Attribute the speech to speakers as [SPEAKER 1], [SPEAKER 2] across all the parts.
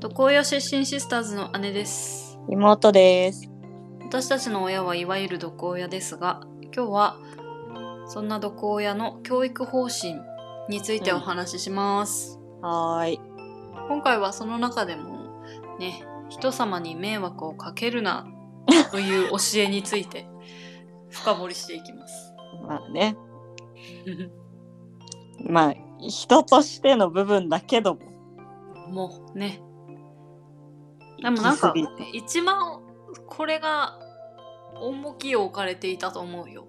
[SPEAKER 1] と高野出身シスターズの姉です
[SPEAKER 2] 妹です。
[SPEAKER 1] 私たちの親はいわゆる毒親ですが今日はそんな毒親の教育方針についてお話しします、
[SPEAKER 2] はーい。
[SPEAKER 1] 今回はその中でもね人様に迷惑をかけるなという教えについて深掘りしていきます
[SPEAKER 2] まあね。まあ、人としての部分だけども。
[SPEAKER 1] もうねでもなんか
[SPEAKER 2] 行き過
[SPEAKER 1] 一番これが重きを置かれていたと思うよ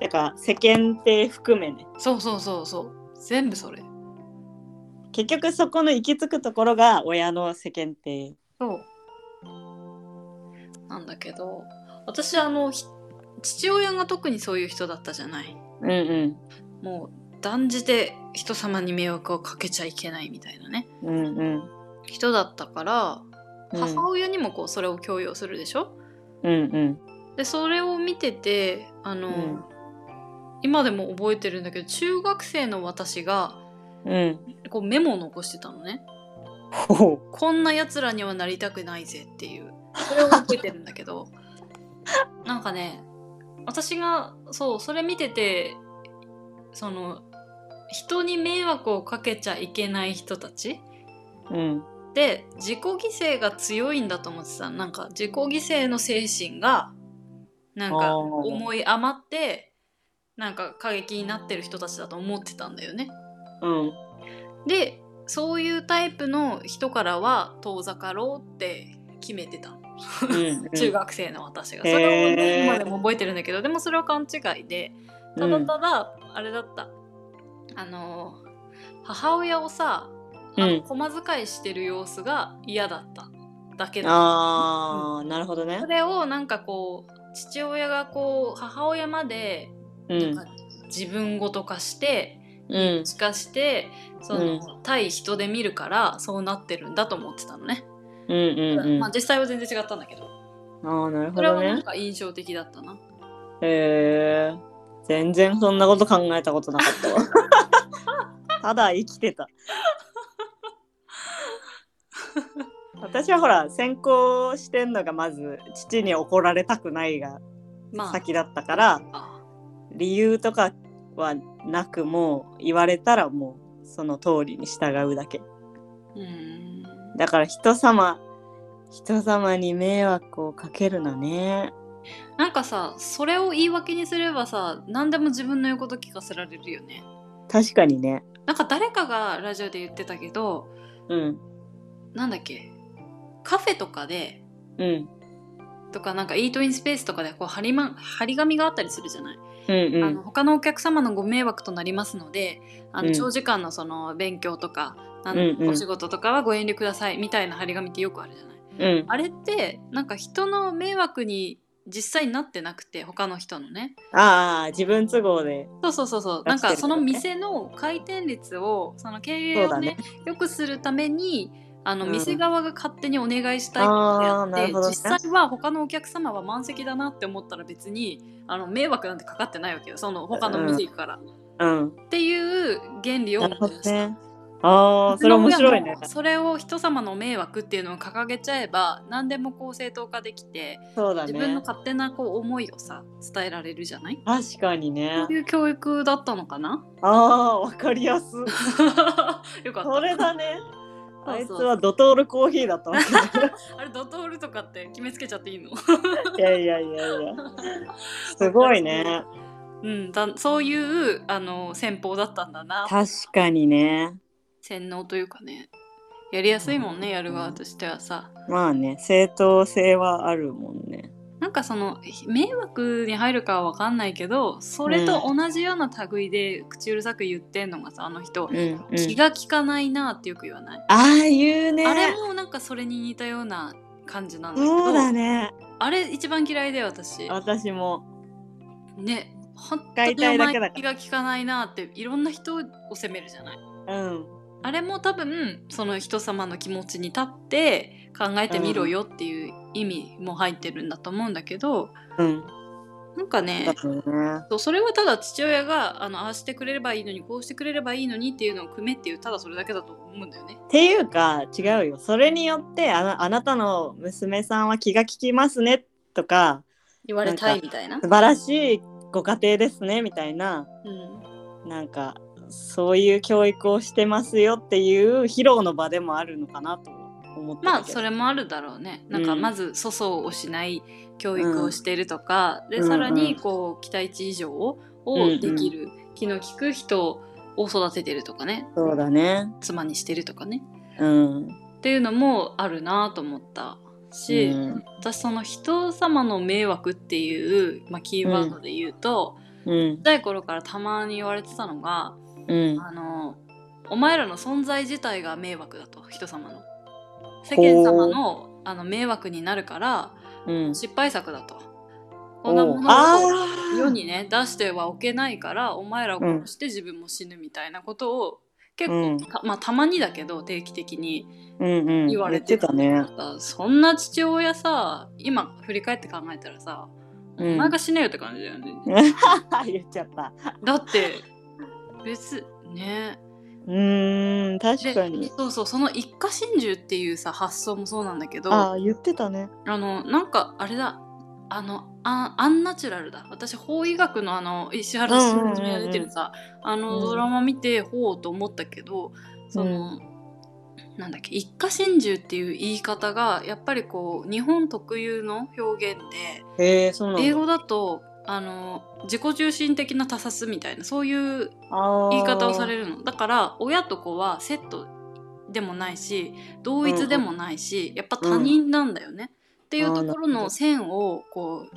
[SPEAKER 2] ぎてか、世間体含めね。
[SPEAKER 1] そうそうそうそう全部それ
[SPEAKER 2] 結局そこの行き着くところが親の世間体。
[SPEAKER 1] そうなんだけど私あのひ父親が特にそういう人だったじゃない
[SPEAKER 2] うんうん。
[SPEAKER 1] もう断じて人様に迷惑をかけちゃいけないみたいなね
[SPEAKER 2] うんうん。
[SPEAKER 1] 人だったから
[SPEAKER 2] うん
[SPEAKER 1] 母親にもこうそれを強要するでしょ、
[SPEAKER 2] うんうん。
[SPEAKER 1] でそれを見ててあの、
[SPEAKER 2] うん
[SPEAKER 1] 今でも覚えてるんだけど中学生の私が
[SPEAKER 2] うん。
[SPEAKER 1] こうメモを残してたのね
[SPEAKER 2] ほう。
[SPEAKER 1] こんなやつらにはなりたくないぜっていうそれを覚えてるんだけ どなんかね私がそうそれ見ててその人に迷惑をかけちゃいけない人たち
[SPEAKER 2] うん。
[SPEAKER 1] で自己犠牲が強いんだと思ってたなんか自己犠牲の精神がなん
[SPEAKER 2] あー
[SPEAKER 1] か思い余ってなんか過激になってる人たちだと思ってたんだよね。
[SPEAKER 2] うん。
[SPEAKER 1] でそういうタイプの人からは遠ざかろうって決めてたの
[SPEAKER 2] うん。
[SPEAKER 1] 中学生の私が、
[SPEAKER 2] へー
[SPEAKER 1] それを、ね、今でも覚えてるんだけどでもそれは勘違いでただただあれだった、あの母親をさあ
[SPEAKER 2] う
[SPEAKER 1] の
[SPEAKER 2] ん
[SPEAKER 1] 小遣いしてる様子が嫌だっただけだ
[SPEAKER 2] ああ、なるほどね
[SPEAKER 1] そ。れをなんかこう父親がこう母親まで
[SPEAKER 2] う
[SPEAKER 1] なん
[SPEAKER 2] ん
[SPEAKER 1] か。自分ごと化して
[SPEAKER 2] うん。
[SPEAKER 1] しかしてその、対人で見るからそうなってるんだと思ってたのね、
[SPEAKER 2] うんうんうん。
[SPEAKER 1] まあ
[SPEAKER 2] あ
[SPEAKER 1] 実際は全然違ったんだけど
[SPEAKER 2] あー、なる
[SPEAKER 1] そ
[SPEAKER 2] ほ
[SPEAKER 1] れ
[SPEAKER 2] ど
[SPEAKER 1] はなん
[SPEAKER 2] ね。
[SPEAKER 1] か印象的だった な
[SPEAKER 2] へえ。全然そんなこと考えたことなかったわ。ただ生きてた。私はほら先行してんのがまず父に怒られたくないが
[SPEAKER 1] まあ
[SPEAKER 2] 先だったから
[SPEAKER 1] あ
[SPEAKER 2] 理由とかはなくもう言われたらもうその通りに従うだけ
[SPEAKER 1] うーん
[SPEAKER 2] だから人様人様に迷惑をかけるなね
[SPEAKER 1] なんかさそれを言い訳にすればさ何でも自分の言うこと聞かせられるよね
[SPEAKER 2] 確かにね
[SPEAKER 1] なんか誰かがラジオで言ってたけど
[SPEAKER 2] うん
[SPEAKER 1] なんだっけカフェとかで
[SPEAKER 2] うん
[SPEAKER 1] とかなんかイートインスペースとかでこう張り,、ま、張り紙があったりするじゃない、
[SPEAKER 2] うんう
[SPEAKER 1] あ
[SPEAKER 2] ん
[SPEAKER 1] の他のお客様のご迷惑となりますのであ
[SPEAKER 2] う
[SPEAKER 1] の
[SPEAKER 2] ん
[SPEAKER 1] 長時間のその勉強とか、あ
[SPEAKER 2] うんうん
[SPEAKER 1] のお仕事とかはご遠慮くださいみたいな張り紙ってよくあるじゃない
[SPEAKER 2] うん
[SPEAKER 1] あれってなんか人の迷惑に実際になってなくて他の人のね
[SPEAKER 2] ああ自分都合で
[SPEAKER 1] そうそうそうそう
[SPEAKER 2] 出
[SPEAKER 1] なん
[SPEAKER 2] してる
[SPEAKER 1] かその
[SPEAKER 2] からね
[SPEAKER 1] 店の回転率をその経営
[SPEAKER 2] そう
[SPEAKER 1] を
[SPEAKER 2] だ
[SPEAKER 1] ね
[SPEAKER 2] ね
[SPEAKER 1] 良くするためにあの
[SPEAKER 2] うん
[SPEAKER 1] 店側が勝手にお願いしたいことであ
[SPEAKER 2] あー
[SPEAKER 1] っ
[SPEAKER 2] な
[SPEAKER 1] て、
[SPEAKER 2] るほどね
[SPEAKER 1] 実際は他のお客様は満席だなって思ったら別にあの迷惑なんてかかってないわけよその他の店行くから、
[SPEAKER 2] うん
[SPEAKER 1] っていう原理を
[SPEAKER 2] なるほ
[SPEAKER 1] 持ってま
[SPEAKER 2] ど
[SPEAKER 1] した
[SPEAKER 2] ねああそれ面白いね
[SPEAKER 1] うちの親もそれを人様の迷惑っていうのを掲げちゃえば何でもこう正当化できて、
[SPEAKER 2] そうだ
[SPEAKER 1] 自分の
[SPEAKER 2] ね
[SPEAKER 1] 勝手なこう思いをさ伝えられるじゃない
[SPEAKER 2] 確かにね
[SPEAKER 1] そういう教育だったのかな
[SPEAKER 2] ああわかりやす
[SPEAKER 1] よかった
[SPEAKER 2] それだね
[SPEAKER 1] そうそう
[SPEAKER 2] あいつはドトールコーヒーだったわけだ
[SPEAKER 1] あれドトールとかって決めつけちゃっていいの
[SPEAKER 2] いやいやいやいやすごいね
[SPEAKER 1] うんだそういうあの戦法だったんだな
[SPEAKER 2] 確かにね
[SPEAKER 1] 洗脳というかねやりやすいもんねやる側としてはさ
[SPEAKER 2] まあね正当性はあるもんね
[SPEAKER 1] なんかその迷惑に入るかは分かんないけどそれと同じような類で口うるさく言ってんのがさあの人、
[SPEAKER 2] うん、う
[SPEAKER 1] 気
[SPEAKER 2] ん、
[SPEAKER 1] が利かないなってよく言わない、
[SPEAKER 2] ああ言うね
[SPEAKER 1] あれもなんかそれに似たような感じなんだけど
[SPEAKER 2] そうだね
[SPEAKER 1] あれ一番嫌いで私
[SPEAKER 2] 私も
[SPEAKER 1] ね本当
[SPEAKER 2] 使い
[SPEAKER 1] に
[SPEAKER 2] た
[SPEAKER 1] お
[SPEAKER 2] いだけだ
[SPEAKER 1] 前
[SPEAKER 2] から
[SPEAKER 1] 気が利かないなっていろんな人を責めるじゃない
[SPEAKER 2] うん
[SPEAKER 1] あれも多分その人様の気持ちに立って考えてみろよっていう意味も入ってるんだと思うんだけど、
[SPEAKER 2] うん
[SPEAKER 1] なんか
[SPEAKER 2] だ
[SPEAKER 1] ね
[SPEAKER 2] からね。
[SPEAKER 1] そうそれはただ父親があのああしてくれればいいのにこうしてくれればいいのにっていうのを組めっていうただそれだけだと思うんだよね。
[SPEAKER 2] っていうか違うよそれによってあなあなたの娘さんは気が利きますねとか
[SPEAKER 1] 言われた
[SPEAKER 2] なん
[SPEAKER 1] い
[SPEAKER 2] か
[SPEAKER 1] みたいな。
[SPEAKER 2] 素晴らしいご家庭ですねみたいな
[SPEAKER 1] うん
[SPEAKER 2] なんかそういう教育をしてますよっていう披露の場でもあるのかなと思ってたけど
[SPEAKER 1] まあそれもあるだろうね。なんか
[SPEAKER 2] うん
[SPEAKER 1] まず粗相をしない教育をしているとか、
[SPEAKER 2] う
[SPEAKER 1] で
[SPEAKER 2] んうん
[SPEAKER 1] さらにこう期待値以上を
[SPEAKER 2] うんうん
[SPEAKER 1] できる、気の利く人を育ててるとかね
[SPEAKER 2] そうだね
[SPEAKER 1] 妻にしてるとかね
[SPEAKER 2] うん
[SPEAKER 1] っていうのもあるなと思ったし、
[SPEAKER 2] うん
[SPEAKER 1] 私その人様の迷惑っていう、まあ、キーワードで言うと、
[SPEAKER 2] うん
[SPEAKER 1] 小さい頃からたまに言われてたのが
[SPEAKER 2] うん
[SPEAKER 1] あのお前らの存在自体が迷惑だと人様の世間様のあの迷惑になるから
[SPEAKER 2] うん
[SPEAKER 1] 失敗作だとこんな
[SPEAKER 2] お
[SPEAKER 1] も
[SPEAKER 2] う
[SPEAKER 1] のを
[SPEAKER 2] あ
[SPEAKER 1] 世
[SPEAKER 2] ー
[SPEAKER 1] にね出してはおけないからお前らを殺して自分も死ぬみたいなことを結構、
[SPEAKER 2] うん
[SPEAKER 1] たまあ、たまにだけど定期的に
[SPEAKER 2] うんうん
[SPEAKER 1] 言われ
[SPEAKER 2] 言
[SPEAKER 1] て
[SPEAKER 2] ってたね
[SPEAKER 1] そんな父親さ今振り返って考えたらさ、
[SPEAKER 2] うん
[SPEAKER 1] なんか死ねよって感じだよね
[SPEAKER 2] 言っちゃった
[SPEAKER 1] だって別ね
[SPEAKER 2] うーん確
[SPEAKER 1] で
[SPEAKER 2] かに
[SPEAKER 1] そうそうその一家心中っていうさ発想もそうなんだけど
[SPEAKER 2] あ
[SPEAKER 1] あ
[SPEAKER 2] あ言ってたね
[SPEAKER 1] のなんかあれだあのあアンナチュラルだ私法医学のあの石原
[SPEAKER 2] うんうんうんうん
[SPEAKER 1] 慎一が出てるさ、あの
[SPEAKER 2] うん
[SPEAKER 1] ドラマ見てほうと思ったけどその、なんだっけ一家心中っていう言い方がやっぱりこう日本特有の表現で
[SPEAKER 2] へえそうなんだ
[SPEAKER 1] 英語だとあの自己中心的な他殺みたいなそういう
[SPEAKER 2] あー
[SPEAKER 1] 言い方をされるのだから親と子はセットでもないし同一でもないし、やっぱ他人なんだよね、っていうところの線をこう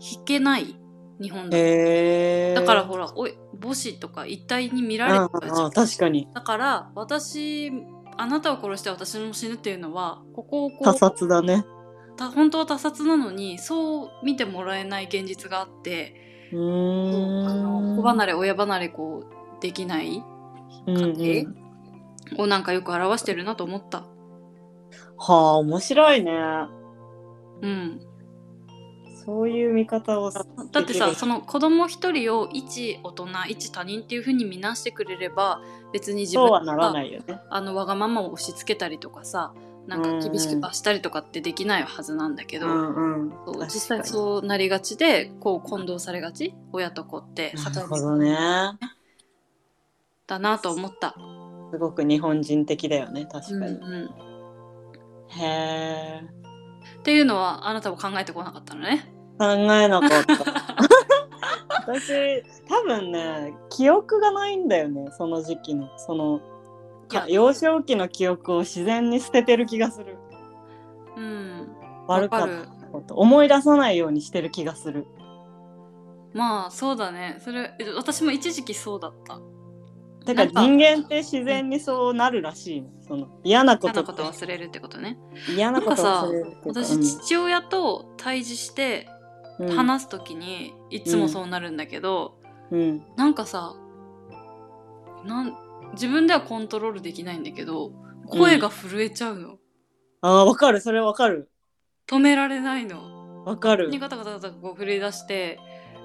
[SPEAKER 1] 引けない日本だと
[SPEAKER 2] へえ
[SPEAKER 1] だからほらおい母子とか一体に見られてたじゃ
[SPEAKER 2] あ
[SPEAKER 1] ん
[SPEAKER 2] あ確かに
[SPEAKER 1] だから私あなたを殺して私も死ぬっていうのはここをこう
[SPEAKER 2] 他殺だね
[SPEAKER 1] た本当は他殺なのにそう見てもらえない現実があって、
[SPEAKER 2] う
[SPEAKER 1] あ
[SPEAKER 2] ー
[SPEAKER 1] の
[SPEAKER 2] ん
[SPEAKER 1] 子離れ親離れこうできない家庭をなんかよく表してるなと思った。
[SPEAKER 2] はあ面白いね
[SPEAKER 1] うん、
[SPEAKER 2] そういう見方を
[SPEAKER 1] だって
[SPEAKER 2] で
[SPEAKER 1] さ
[SPEAKER 2] きる
[SPEAKER 1] その子供一人を一大人一他人っていう風に見なしてくれれば別に自
[SPEAKER 2] そうは
[SPEAKER 1] 分
[SPEAKER 2] ならな
[SPEAKER 1] が
[SPEAKER 2] いよね
[SPEAKER 1] あのわがままを押し付けたりとかさなん
[SPEAKER 2] うんう
[SPEAKER 1] か
[SPEAKER 2] ん
[SPEAKER 1] 厳しく罰したりとかってできないはずなんだけど、
[SPEAKER 2] うん
[SPEAKER 1] そう
[SPEAKER 2] 確か
[SPEAKER 1] 実
[SPEAKER 2] に
[SPEAKER 1] 際そうなりがちでこう混同されがち親と子って
[SPEAKER 2] な
[SPEAKER 1] 境
[SPEAKER 2] る
[SPEAKER 1] 目
[SPEAKER 2] ほどね
[SPEAKER 1] だなと思った。
[SPEAKER 2] すごく日本人的だよね確かに、
[SPEAKER 1] うんうん
[SPEAKER 2] へえ
[SPEAKER 1] っていうのはあなたも考えてこなかったのね。
[SPEAKER 2] 考えなかった 私多分ね記憶がないんだよねその時期のそのか
[SPEAKER 1] いや
[SPEAKER 2] 幼少期の記憶を自然に捨ててる気がする
[SPEAKER 1] うん、
[SPEAKER 2] 悪か
[SPEAKER 1] わ
[SPEAKER 2] っ
[SPEAKER 1] る
[SPEAKER 2] たこと思い出さないようにしてる気がする
[SPEAKER 1] まあそうだねそれえ私も一時期そうだった
[SPEAKER 2] てか
[SPEAKER 1] なんか
[SPEAKER 2] 人間って自然にそうなるらしいのその嫌なこ
[SPEAKER 1] 嫌
[SPEAKER 2] と
[SPEAKER 1] な
[SPEAKER 2] っ
[SPEAKER 1] こ
[SPEAKER 2] て
[SPEAKER 1] と忘れるってことね
[SPEAKER 2] 嫌なこと忘れるっていうか
[SPEAKER 1] 私父親と対峙して
[SPEAKER 2] うん
[SPEAKER 1] 話す時にいつもそうなるんだけど、
[SPEAKER 2] うん
[SPEAKER 1] なんかさなん自分ではコントロールできないんだけど声が震えちゃうの、
[SPEAKER 2] あーわかるそれわかる
[SPEAKER 1] 止められないの
[SPEAKER 2] わかる
[SPEAKER 1] にガタガタガタこう震え出して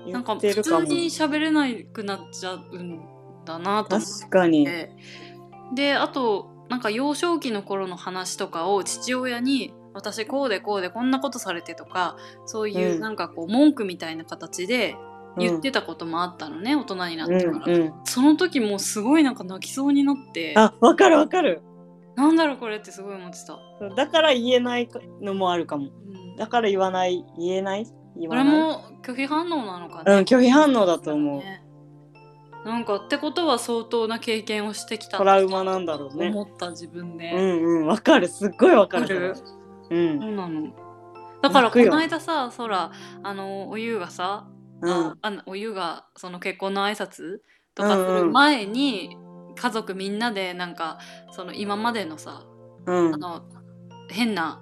[SPEAKER 1] な
[SPEAKER 2] 言
[SPEAKER 1] んか
[SPEAKER 2] っ
[SPEAKER 1] 普
[SPEAKER 2] てる
[SPEAKER 1] 通
[SPEAKER 2] かも
[SPEAKER 1] に喋れなくなっちゃうんだなと思って
[SPEAKER 2] 確かに
[SPEAKER 1] でであとなんか幼少期の頃の話とかを父親に「私こうでこうでこんなことされて」とかそういううんなんかこう文句みたいな形で言ってたこともあったのね、大人になっ
[SPEAKER 2] うん
[SPEAKER 1] てから、
[SPEAKER 2] うんうん
[SPEAKER 1] その時もうすごいなんか泣きそうになって
[SPEAKER 2] あわかるわかる
[SPEAKER 1] なんだろうこれってすごい思ってた、
[SPEAKER 2] そうだから言えないのもあるかも
[SPEAKER 1] うん
[SPEAKER 2] だから言わない言えない言
[SPEAKER 1] こ
[SPEAKER 2] わ
[SPEAKER 1] れ
[SPEAKER 2] ない
[SPEAKER 1] も拒否反応なのか
[SPEAKER 2] う
[SPEAKER 1] ね、
[SPEAKER 2] ん拒否反応だと思う
[SPEAKER 1] ねなんかってことは相当な経験をしてきた
[SPEAKER 2] トラウマなんだろうね
[SPEAKER 1] 思った自分で、
[SPEAKER 2] うんうんわかるすっごいわか
[SPEAKER 1] わかる
[SPEAKER 2] るそれうん
[SPEAKER 1] そうなの。だからこ
[SPEAKER 2] 泣くよ
[SPEAKER 1] の間さ、そら、あの、おゆうがさ、
[SPEAKER 2] うん
[SPEAKER 1] あのおゆうがその結婚の挨拶とかす
[SPEAKER 2] うん
[SPEAKER 1] る
[SPEAKER 2] うん
[SPEAKER 1] 前に、家族みんなでなんか、その今までのさ、
[SPEAKER 2] うん
[SPEAKER 1] あの、変な、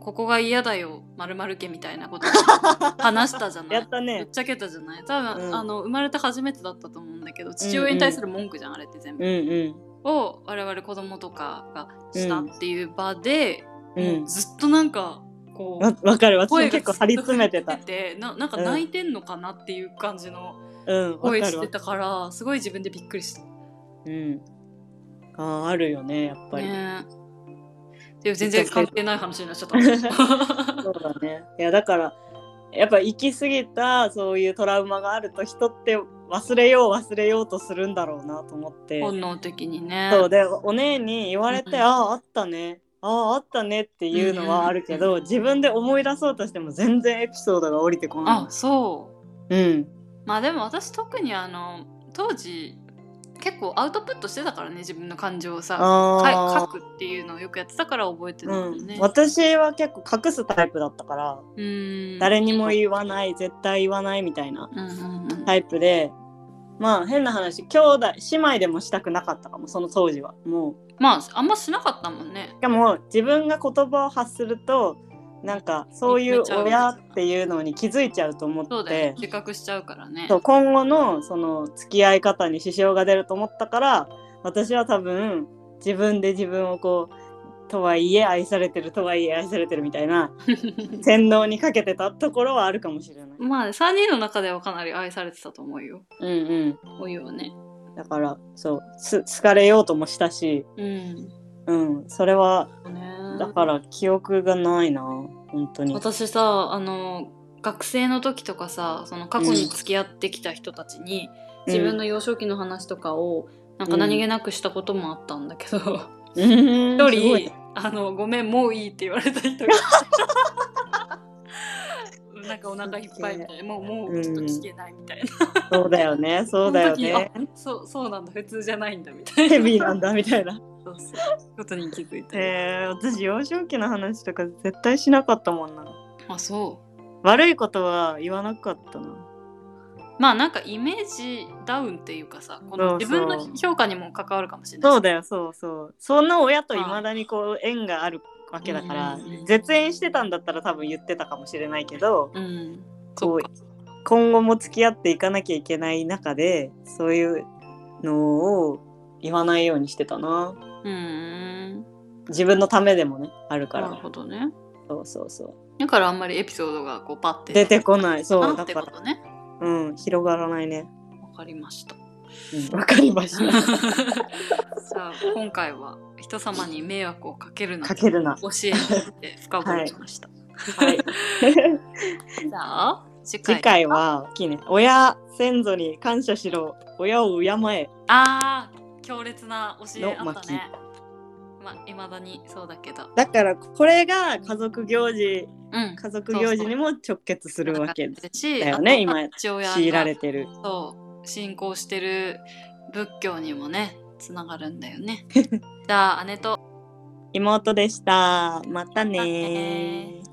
[SPEAKER 1] ここが嫌だよ、まるまる家みたいなこと 話したじゃな
[SPEAKER 2] や
[SPEAKER 1] い
[SPEAKER 2] っ。た
[SPEAKER 1] ぶ
[SPEAKER 2] ね
[SPEAKER 1] っちゃけたじゃない多分、
[SPEAKER 2] うん
[SPEAKER 1] あの生まれて初めてだったと思うんだけど父親に対する文句じゃん、あれって全
[SPEAKER 2] う
[SPEAKER 1] 部、
[SPEAKER 2] んうん
[SPEAKER 1] を我々子供とかがしたっていう場で
[SPEAKER 2] う
[SPEAKER 1] も
[SPEAKER 2] ん
[SPEAKER 1] うずっとなんかこう
[SPEAKER 2] わわかる私
[SPEAKER 1] 声
[SPEAKER 2] も
[SPEAKER 1] が
[SPEAKER 2] 結構張り詰めてた
[SPEAKER 1] 出てななんか泣いてんのかなっていう感じの
[SPEAKER 2] うんわか
[SPEAKER 1] 声し
[SPEAKER 2] るわ
[SPEAKER 1] てたからすごい自分でびっくりした。
[SPEAKER 2] うんあーあるよねやっぱり、
[SPEAKER 1] ねえでも全然関係ない話になっちゃった。う
[SPEAKER 2] そうだ ねいやだからやっぱ行き過ぎたそういうトラウマがあると人って忘れよう忘れようとするんだろうなと思って、
[SPEAKER 1] ん本能的にね。
[SPEAKER 2] そうでお姉に言われ
[SPEAKER 1] うんう
[SPEAKER 2] て「
[SPEAKER 1] ん
[SPEAKER 2] あああったね」あああったねっていうのはあるけ
[SPEAKER 1] うん
[SPEAKER 2] ど、自分で思い出そうとしても全然エピソードが降りてこ
[SPEAKER 1] あ
[SPEAKER 2] な
[SPEAKER 1] そう。
[SPEAKER 2] い。うん、
[SPEAKER 1] まあでも私特にあの当時結構アウトプットしてたからね自分の感情をさか
[SPEAKER 2] あ
[SPEAKER 1] 書くっていうのをよくやってたから覚えて
[SPEAKER 2] ー、
[SPEAKER 1] るんだよね
[SPEAKER 2] うん。。私は結構隠すタイプだったから、
[SPEAKER 1] うん、
[SPEAKER 2] 誰にも言わない絶対言わないみたいな
[SPEAKER 1] うんうんうん
[SPEAKER 2] タイプでまあ変な話兄弟姉妹でもしたくなかったかもその当時はもう
[SPEAKER 1] まああんましなかったもんね
[SPEAKER 2] し。かも自分が言葉を発するとなんかそういう親っていうのに気づいちゃうと思
[SPEAKER 1] そう
[SPEAKER 2] っ
[SPEAKER 1] だよね
[SPEAKER 2] て。
[SPEAKER 1] 自覚しちゃうからね。
[SPEAKER 2] そ う今後のその付き合い方に支障が出ると思ったから私は多分自分で自分をこうとはいえ愛されてるとはいえ愛されてるみたいな洗脳にかけてたところはあるかもしれない。
[SPEAKER 1] まあ3人の中ではかなり愛されてたと思うよ。
[SPEAKER 2] うんうん、
[SPEAKER 1] お湯はね。
[SPEAKER 2] だからそうす好かれようともしたし、
[SPEAKER 1] うん。
[SPEAKER 2] うん、それはだ
[SPEAKER 1] ね、
[SPEAKER 2] から記憶がないな本当に。
[SPEAKER 1] 私さあの学生の時とかさその過去に付き合ってきた人たちに、自分の幼少期の話とかをなんか何気なくしたこともあったんだけど、
[SPEAKER 2] 一
[SPEAKER 1] 一人、あの「ごめんもういい」って言われた 人が。なんかお腹いっぱいみたいなもうもうちょっと聞けないみたいな、
[SPEAKER 2] そうだよねそうだよ
[SPEAKER 1] そ
[SPEAKER 2] ね
[SPEAKER 1] の時あそうそうなんだ普通じゃないんだみたいな
[SPEAKER 2] ヘビーなんだみたいな。
[SPEAKER 1] そうそうことに気づいたり、
[SPEAKER 2] えー、私幼少期の話とか絶対しなかったもんな
[SPEAKER 1] あそう
[SPEAKER 2] 悪いことは言わなかったな
[SPEAKER 1] まあなんかイメージダウンっていうかさこ
[SPEAKER 2] そ
[SPEAKER 1] の
[SPEAKER 2] う
[SPEAKER 1] 自
[SPEAKER 2] そう
[SPEAKER 1] 分の評価にも関わるかもしれない
[SPEAKER 2] そ
[SPEAKER 1] し
[SPEAKER 2] うだよそうそうその親といまだにこう縁があるわけだから、
[SPEAKER 1] うんうんうん
[SPEAKER 2] 絶縁してたんだったら多分言ってたかもしれないけど
[SPEAKER 1] うんそ
[SPEAKER 2] こ
[SPEAKER 1] う
[SPEAKER 2] う
[SPEAKER 1] か
[SPEAKER 2] 今後も付き合っていかなきゃいけない中でそういうのを言わないようにしてたな
[SPEAKER 1] うーん
[SPEAKER 2] 自分のためでもねあるか
[SPEAKER 1] な
[SPEAKER 2] ら、
[SPEAKER 1] るほどね
[SPEAKER 2] そうそうそう
[SPEAKER 1] だからあんまりエピソードがこうパッて
[SPEAKER 2] 出てこない
[SPEAKER 1] こ
[SPEAKER 2] そう
[SPEAKER 1] な
[SPEAKER 2] だ
[SPEAKER 1] っ
[SPEAKER 2] か
[SPEAKER 1] てこ
[SPEAKER 2] ら
[SPEAKER 1] とね
[SPEAKER 2] うん広がらないね
[SPEAKER 1] わかりました
[SPEAKER 2] わ、かりま
[SPEAKER 1] さ
[SPEAKER 2] した
[SPEAKER 1] あ今回は人様に迷惑をかけるな
[SPEAKER 2] か
[SPEAKER 1] と
[SPEAKER 2] けるな
[SPEAKER 1] 教えについて深掘りしました、
[SPEAKER 2] はい
[SPEAKER 1] じゃあ次回
[SPEAKER 2] 次回は大きいね親先祖に感謝しろ親を敬え
[SPEAKER 1] ああ強烈な教えあ
[SPEAKER 2] の
[SPEAKER 1] った
[SPEAKER 2] 巻
[SPEAKER 1] ねまあいまだにそうだけど
[SPEAKER 2] だからこれが家族行事
[SPEAKER 1] うん
[SPEAKER 2] 家族行事にも直結するわけ
[SPEAKER 1] だし
[SPEAKER 2] だよね
[SPEAKER 1] あと
[SPEAKER 2] 今
[SPEAKER 1] 父親が
[SPEAKER 2] 強いられてる
[SPEAKER 1] そう信仰してる仏教にもねつながるんだよ ねじゃあ姉と
[SPEAKER 2] 妹でしたまたね
[SPEAKER 1] またね